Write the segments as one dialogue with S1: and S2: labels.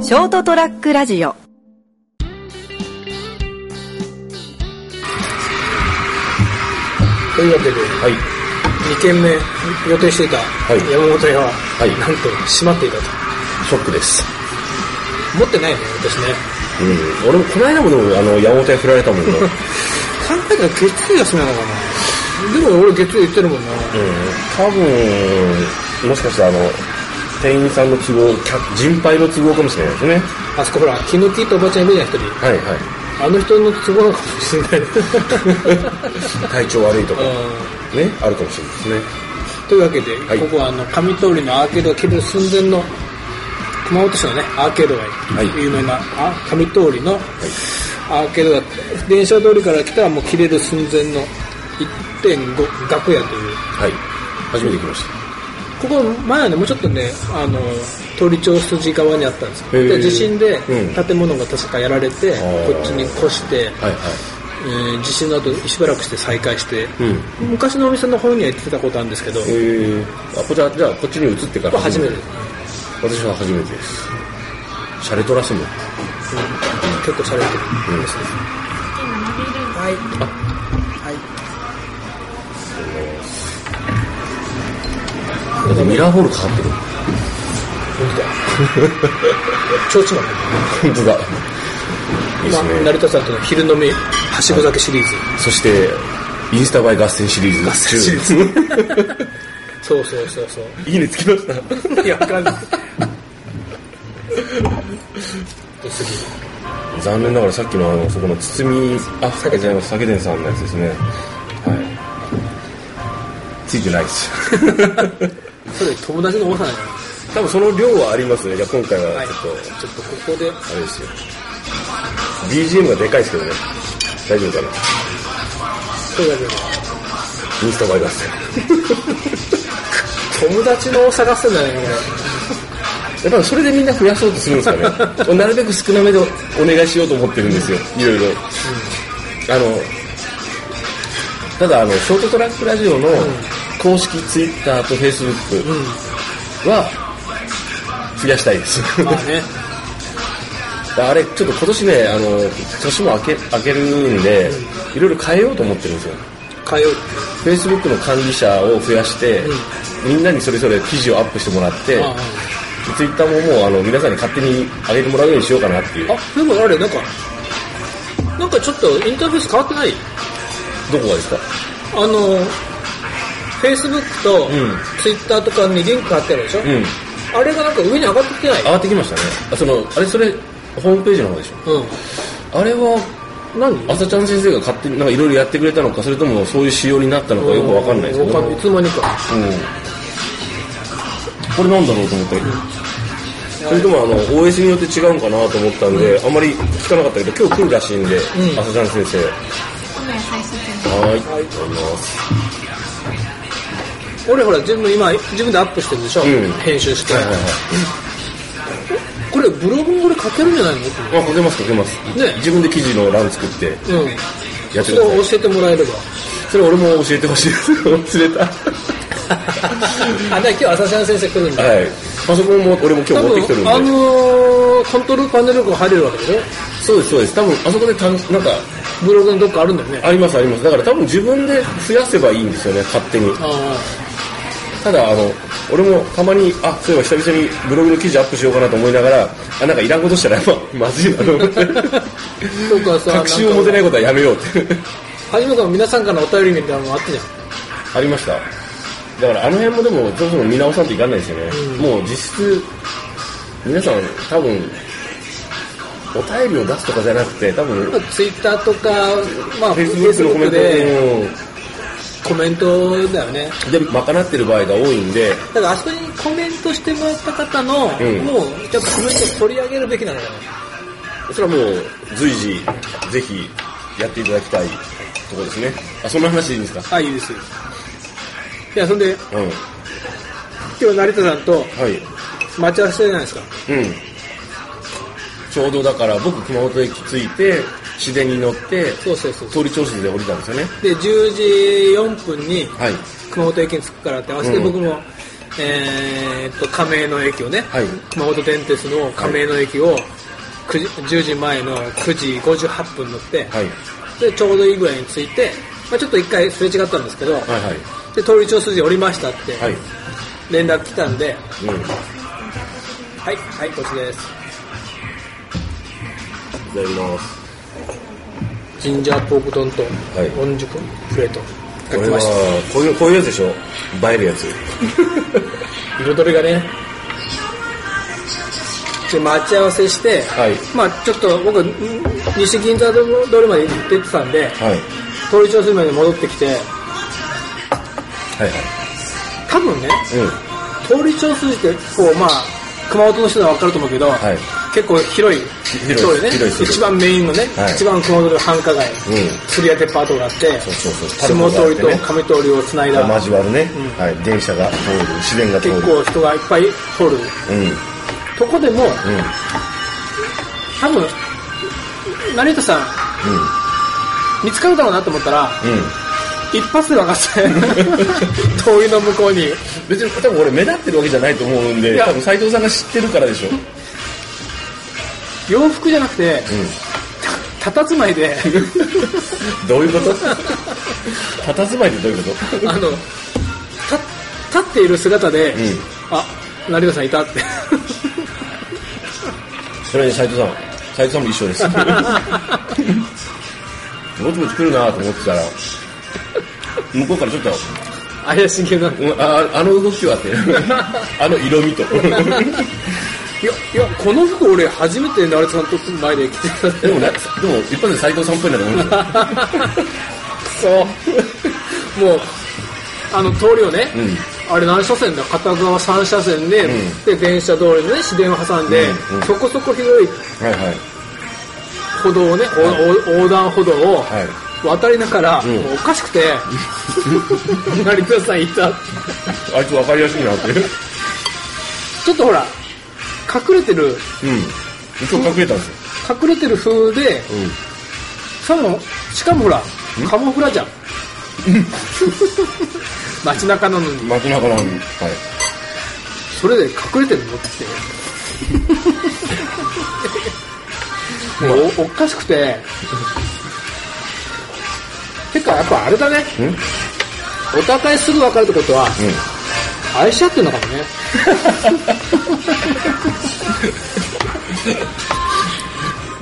S1: ショートトラックラジオ
S2: というわけで
S3: はい。
S2: 2軒目予定していた
S3: い
S2: 山本屋は、
S3: い
S2: なんと閉まっていたと
S3: ショックです。
S2: 持ってないね私ね
S3: うん。俺もこの間もでも、あの、山本屋振られ たもんな。うん。
S2: 考えたら月曜休みなのかなでも俺月曜行ってるもんな、
S3: 多分、もしかしてあの、店員さんの都合、客人杯の都合かもしれないですね。
S2: あそこほら気の利いたおばちゃんいるじゃん一人
S3: はいは
S2: あの人の都合なのかもしれない、
S3: い。体調悪いとか、ね、
S2: う
S3: あるかもしれないですね。
S2: んというわけで、
S3: はい
S2: ここはあの上通りのアーケードが消える寸前の熊本市のねアーケード街、
S3: はい
S2: 有名なあ上通りのアーケードが電車通りから来たらもう切れる寸前の1.5楽屋という
S3: はい。初めて来まし
S2: ここ前はねもうちょっとねあの通り町筋側にあったんですよ
S3: へー
S2: で地震で
S3: うん
S2: 建物が確かやられて、
S3: ー
S2: こっちに越して、
S3: た。はいは
S2: えー地震の後しばらくして再開して、
S3: い。うん。
S2: 昔のお店の方には行ってたことあるんですけど、
S3: えー、あ、こちら、じゃあこっちに移ってから
S2: 初めて
S3: 私は初めてです。シャレトラスも。
S2: 結構されてる
S3: うん。
S2: はいはい
S3: だってミラーホールかかってる。
S2: 提灯がね、
S3: 本当だ。いいで
S2: ますあ
S3: ね。
S2: 成田さんとの昼飲みはしご酒シリーズ、
S3: そして、インスタ映え合戦シリーズ。合
S2: 戦シリ
S3: ーズ。
S2: そうそうそうそう
S3: いいねつきました。
S2: いやわかんないで次
S3: 残念ながらさっきのあの、そこの堤、あ、酒じゃないます。酒田さんのやつですね。はい。ついてないです。
S2: それ友達のおさない
S3: 多分その量はありますね。じゃあ今回
S2: は
S3: はいちょっと、
S2: ちょっとここで
S3: あれですよ。BGM がでかいですけどね。大丈夫かな
S2: そうだけど
S3: インスタ映え合戦。
S2: 友達のを探すんじゃないのこ
S3: やっぱりそれでみんな増やそうとするんです かねなるべく少なめでお願いしようと思ってるんですよいろいろ、あのただあのショートトラックラジオの公式ツイッターとフェイスブ
S2: れ
S3: ッ
S2: うん
S3: クは増やしたいです
S2: まあね
S3: あれちょっと今年ねあの年も明け明けるんでいろいろ変えようと思ってるんですよ
S2: 通うっ
S3: フェイスブックの管理者を増やして、みんなにそれぞれ記事をアップしてもらって
S2: ていうあ
S3: ツイッターももうあの皆さんに勝手に上げてもらうようにしようかなっていう
S2: ああでもあれなんかなんかちょっとインターフェース変わってない
S3: どこがですか
S2: あの Facebook と
S3: うん
S2: Twitter とかにリンク貼ってあるでしょ、
S3: うん。
S2: あれがなんか上に上がってきてない
S3: 上がってきましたね。あ、その、あれ、それ、ホームページの方でし
S2: うん
S3: ょ。あれは、
S2: 何
S3: 朝ちゃん先生が勝手になんかいろいろやってくれたのか、それともそういう仕様になったのかよくわかんないですけど。
S2: わ
S3: う
S2: かん
S3: ん。
S2: いつの間にか
S3: これなんだろうと思って。それともあの、OS によって違うんかなと思ったんで、あんまり聞かなかったけど、今日来るらしいんで、
S2: ん
S3: 朝ちゃん先生。はーい。ありがとうございます。
S2: 俺ほら自分今自分でアップしてるでしょ、
S3: うん
S2: 編集して、
S3: はいはいはい。
S2: これブログこれ書けるんじゃないのって
S3: あ、書けます書けます。
S2: ね
S3: 自分で記事の欄作って
S2: うん
S3: や
S2: そ
S3: ってく
S2: れ
S3: だ
S2: を
S3: さい。
S2: 教えてもらえれ ば
S3: それ俺も教えてほしい です。忘れた。
S2: あだから今日朝ちゃん先生来るんで、
S3: はい。パソコンも俺も今
S2: 多
S3: 日持ってきてる
S2: 分
S3: んで。
S2: あのーコントロールパネルが入れるわけでね
S3: そうです、そうです。多分あそこでたん、なんか、
S2: ブログのどっかあるんだよね
S3: あります、あります。だから多分自分で増やせばいいんですよね、勝手に。
S2: ああ
S3: ただ、あの、俺もたまに、あ、そういえば久々にブログの記事アップしようかなと思いながら、あ、なんかいらんことしたら、まあ、まずいなと 思って。
S2: とかさ
S3: 確信を持てないことはやめようって。
S2: 初めから皆さんからのお便りみたいなのもあったじゃん
S3: ありました。だからあの辺もでも、そろそろ見直さんといかないですよね。もう実質、皆さん多分、お便りを出すとかじゃなくて、多分、
S2: ツイッターとか、まあ、フェイスブ
S3: Facebook のコメ
S2: ッ
S3: ン
S2: ク
S3: ト
S2: でコメント
S3: で、
S2: だよね。
S3: で賄ってる場合が多いんで、
S2: だから、あそこにコメントしてもらった方の、もう、
S3: ん
S2: じゃあコメント取り上げるべきなのか
S3: それはもう随時ぜひやっていただきたいところですね。あ、そんな話でいいんですか
S2: な。あ、いいですよ。いや、そんで、
S3: うん。は
S2: 今日成田さんと
S3: い。
S2: 待ち合わせしたじゃないですか。
S3: うん。ちょうどだから僕熊本駅着いて、市電に乗って、
S2: そうそうそう。
S3: 通り調子で降りたんですよね。
S2: で、10時4分に
S3: はい。
S2: 熊本駅に着くからって合わせて
S3: うん
S2: 僕も、えーっと亀戸の駅をね、
S3: はい
S2: 熊本電鉄の亀戸の駅を9時10時前の9時58分に乗って、
S3: はい
S2: でちょうどいいぐらいに着いて、まあ、ちょっと一回すれ違ったんですけど、
S3: はいはい
S2: で通り一筋降りましたって
S3: はい
S2: 連絡来たんで、
S3: うん
S2: はい、はい、こっちです。
S3: いただきます
S2: ジンジャーポーク丼と
S3: い
S2: オンジュコプレート
S3: こ
S2: が
S3: れ
S2: 来ま
S3: は
S2: し
S3: こういうこういうやつでしょ映えるやつ
S2: た。彩りがね。で、待ち合わせして、
S3: はい
S2: まあちょっと僕、ん西銀座通りまで行ってってたんで、
S3: はい
S2: 通り調子まで戻ってきて、
S3: はい
S2: 多分ね、
S3: はいうん
S2: 通り調筋って、こう、まあ熊本の人なら分かると思うけど、
S3: はい
S2: 結構広い
S3: 広い
S2: 通りね
S3: 広い広い
S2: 一番メインのね、
S3: はい
S2: 一番熊本の繁華街、
S3: うん
S2: 釣り屋デパートがあって
S3: そうそうそ
S2: 下
S3: う
S2: 通りと上通りをつないだ
S3: 交わるね、
S2: うん
S3: はい電車が通る自然が通る
S2: 結構人がいっぱい通る
S3: うんうん
S2: とこでも
S3: うん
S2: 多分成田さん見つかるだろうなと思ったら
S3: うん
S2: 一発で分か って通りの向こうに
S3: 別に多分俺目立ってるわけじゃないと思うん
S2: い
S3: で
S2: や
S3: 多分斎藤さんが知ってるからでしょ、うん、
S2: 洋服じゃなくてた たずまいで
S3: どういうこと 佇まいってどういうこ
S2: あのた立っている姿で、
S3: ん
S2: あ成田さんいたって
S3: とそれに斎藤さん斎藤さんも一緒 ですぼちぼち来るなと思ってたら向こうからちょっと
S2: 怪しげな
S3: うんああの動きは ってあの色味と
S2: いやいやこの服俺初めて成田さんと前で着てた
S3: でもねでも一発で斎藤さんっぽいなと思うんですよ
S2: そうもうあの通りをね、
S3: うん
S2: あれ何車線だ片側3車線で,、
S3: うん
S2: で電車通りのね市電を挟んで、
S3: うんうん
S2: そこそこ広い
S3: はいはい
S2: 歩道をね、おお横断歩道を
S3: はい
S2: 渡りながら、
S3: ん
S2: もうおかしくて成田さんいた
S3: あいつ分かりやすいなって
S2: ちょっとほら隠れてる
S3: うん。一応隠れたんですよ。
S2: 隠れてる風で
S3: うん。
S2: しかもしかもほらカモフラ じゃん街中なのに
S3: 街中なのに。はい。
S2: それで隠れてるのって もうおおかしくててかやっぱあれだね
S3: ん
S2: お互いすぐ分かるってことは愛し合ってんの かもね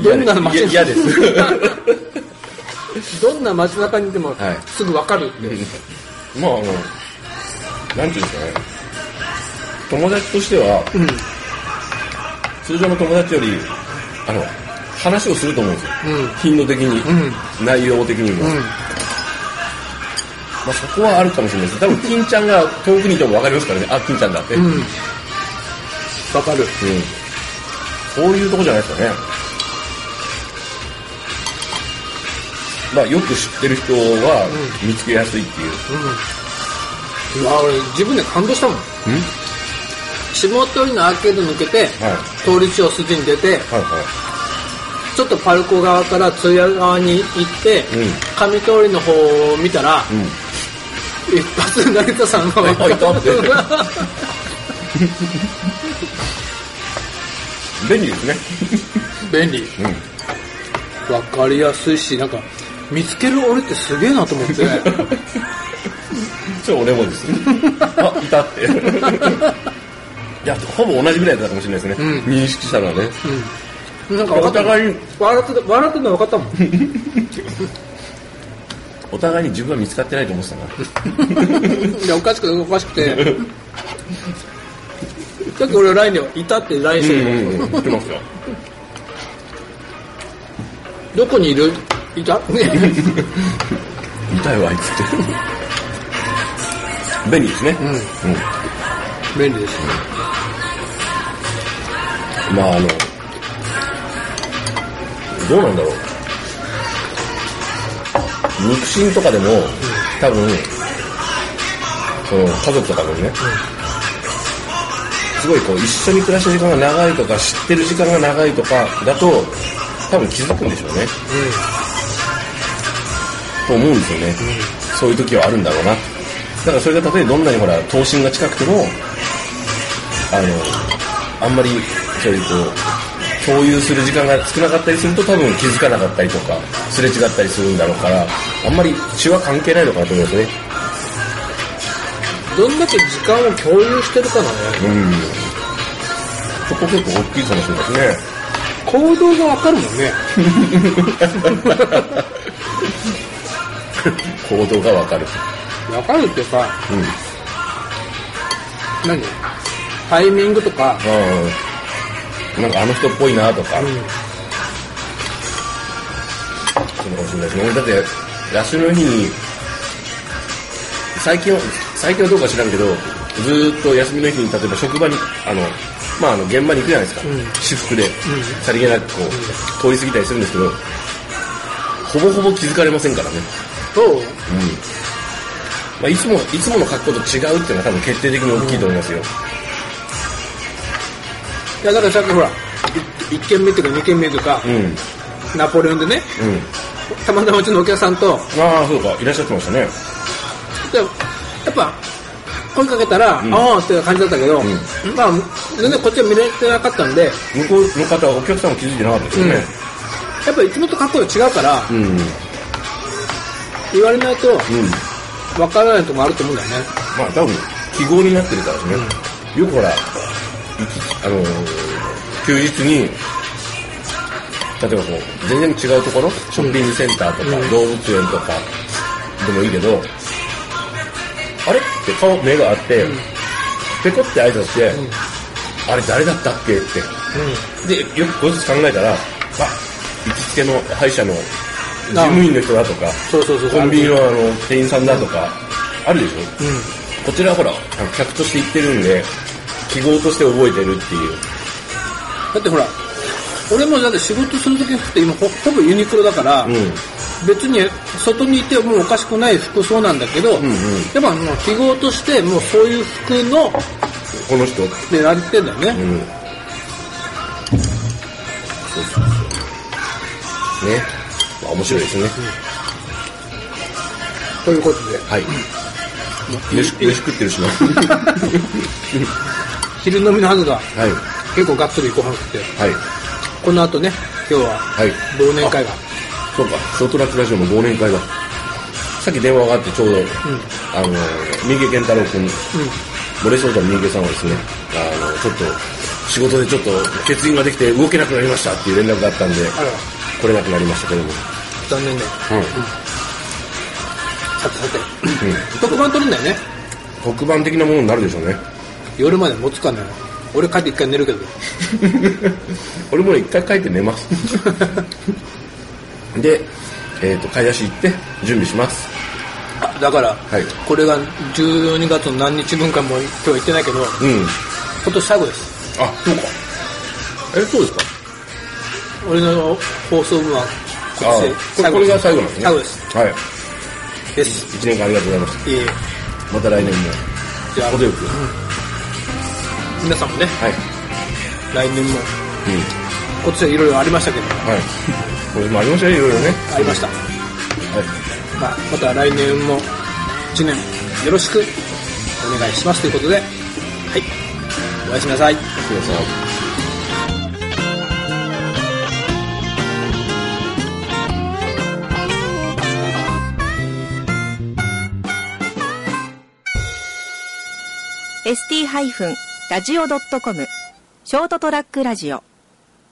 S2: どんな街
S3: 嫌です。
S2: どんな街中にいても
S3: はい
S2: すぐ分かるって、
S3: まあ、あの、なんていうんですかね。友達としては、
S2: うん
S3: 通常の友達より、あの、話をすると思うんですよ。
S2: うん
S3: 頻度的に、内容的にも。
S2: うん
S3: まあそこはあるかもしれないです。多分、金ちゃんが遠くにいても分かりますからね。あ、金ちゃんだって。う
S2: うん分かる
S3: そういうとこじゃないですかね。まあ、よく知ってる人は見つけやすいっていう。
S2: うんうわ俺自分で感動したもん
S3: ん
S2: 下通りのアーケード抜けて、
S3: はい
S2: 通り地を筋に出て
S3: はいはい。
S2: ちょっとパルコ側から通夜側に行って、
S3: うん
S2: 上通りの方を見たら、
S3: う
S2: 一発で成田さんが分か
S3: あいたってん。便利ですね。
S2: 便利分かりやすいしなんか見つける俺ってすげえなと思っ て
S3: それ俺もです。あ、いたって。いや、ほぼ同じぐらいだったかもしれないですね。
S2: うん
S3: 認識したのはね。
S2: なんか分かった
S3: お互い
S2: 笑ってた笑ってるの分かったも ん
S3: お互いに自分は見つかってないと思ってたな。
S2: いやおかしくておかしくてさっき俺 LINE で「いた」って LINE してるの、
S3: うん。言ってますよ。
S2: どこにいるい た
S3: 見たいわ、あいつって。便利ですね。うん。
S2: 便利ですね
S3: まあ、あの、どうなんだろう。肉親とかでも、多分、その家族とかでもね、すごいこう、一緒に暮らしてる時間が長いとか、知ってる時間が長いとかだと、多分気づくんでしょうね。と思うんですよね。そういう時はあるんだろうな。だからそれが例えばどんなにほら、等身が近くても、あのあんまりそういうこう共有する時間が少なかったりすると多分気づかなかったりとかすれ違ったりするんだろうからあんまり血は関係ないのかなと思いますね
S2: どんだけ時間を共有してるかなね
S3: うんそこ結構大きいかもしれないですね
S2: 行動がわかるもんね
S3: 行動がわかる
S2: わかるってさ
S3: うん
S2: 何タイミングとか、
S3: うんなんかあの人っぽいなとか、そうかもしれないですね。俺だって、ラッシュの日に、最近は、最近はどうか知らんけど、ずーっと休みの日に、例えば職場に、あの、まあ、あの、現場に行くじゃないですか。
S2: うん
S3: 私服で、さりげなくこう、通り過ぎたりするんですけど、ほぼほぼ気づかれませんからね。
S2: そう
S3: うん。まあ、いつも、いつもの格好と違うっていうのは多分決定的に大きいと思いますよ。
S2: いやだからさっきほら1軒目とか2軒目とか
S3: う、ん。うん。
S2: ナポレオンでねたまたまうちのお客さんと
S3: ああ、そうか、いらっしゃってましたね。
S2: でやっぱ声かけたら、
S3: ん
S2: ああっていう感じだったけど、まあ全然こっちは見れてなかったんでや
S3: 向こうの方はお客さんも気づいてなかったですよね。
S2: っぱいつもと格好が違うから、
S3: うん。うん。
S2: 言われないとわからないとこもあると思うんだよね
S3: まあ多分記号になってるからですね、よくほらいきあのー休日に例えばこう全然違うところショッピングセンターとか、
S2: うん
S3: 動物園とかでもいいけどあれって顔目があって、ペコって挨拶して、あれ誰だったっけってでよく後日考えたらあ行きつけの歯医者の事務員の人だとか
S2: そうそうそう
S3: コンビニのあの店員さんだとか、あるでしょ、
S2: うん
S3: こちらはほら、あの客として行ってるんで、記号として覚えてるっていう。
S2: だってほら俺もだって仕事する時服って今ほほぼユニクロだから、
S3: うん。
S2: 別に外にいてもおかしくない服装なんだけど、
S3: んうん
S2: やっぱもう記号としてもうそういう服の
S3: この人。う
S2: 狙われてんだよね、
S3: ん。そうそうそう。ね。まあ、面白いですね。
S2: ということで
S3: はい。飯飯食ってるしな。
S2: 昼飲みのはずが
S3: はい。
S2: 結構がっつりご飯食って
S3: はい。
S2: この後ね今日は
S3: はい。
S2: 忘年会が
S3: そうか、ショートラックラジオの忘年会だ。さっき電話があってちょうど、あの、三池健太郎君、ん、漏れそうだ三池さんはですね、あの、ちょっと、仕事でちょっと欠員ができて動けなくなりましたっていう連絡があったんで、
S2: あら
S3: 来れなくなりましたけども。
S2: 残念ね
S3: うん。
S2: さてさて特番撮るんだよね
S3: 特番的なものになるでしょうね。
S2: 夜まで持つかね俺帰って一回寝るけど
S3: 俺もう一回帰って寝 ます。で、えっ、と、買い出し行って準備します。
S2: あだから、
S3: はい
S2: これが12月の何日分かもう今日は言ってないけど
S3: うん。
S2: 今年最後です
S3: あ、そうか。え、そうですか
S2: 俺の放送分は今
S3: あ
S2: 年
S3: これこれが最後なんですね。
S2: 最後です。
S3: はい。
S2: です
S3: 1年間ありがとうございました。
S2: いえいえ
S3: また来年も。
S2: じゃあ
S3: 程よく。
S2: 皆さんもね
S3: はい。
S2: 来年も
S3: うん。
S2: 今年はいろいろありましたけど
S3: はい。これもありましたね、いろいろね。
S2: ありました、
S3: はい。
S2: まあ、また来年も1年よろしくお願いしますということではいおやすみなさい
S3: すいません。
S1: ST-radio.com ショートトラックラジオ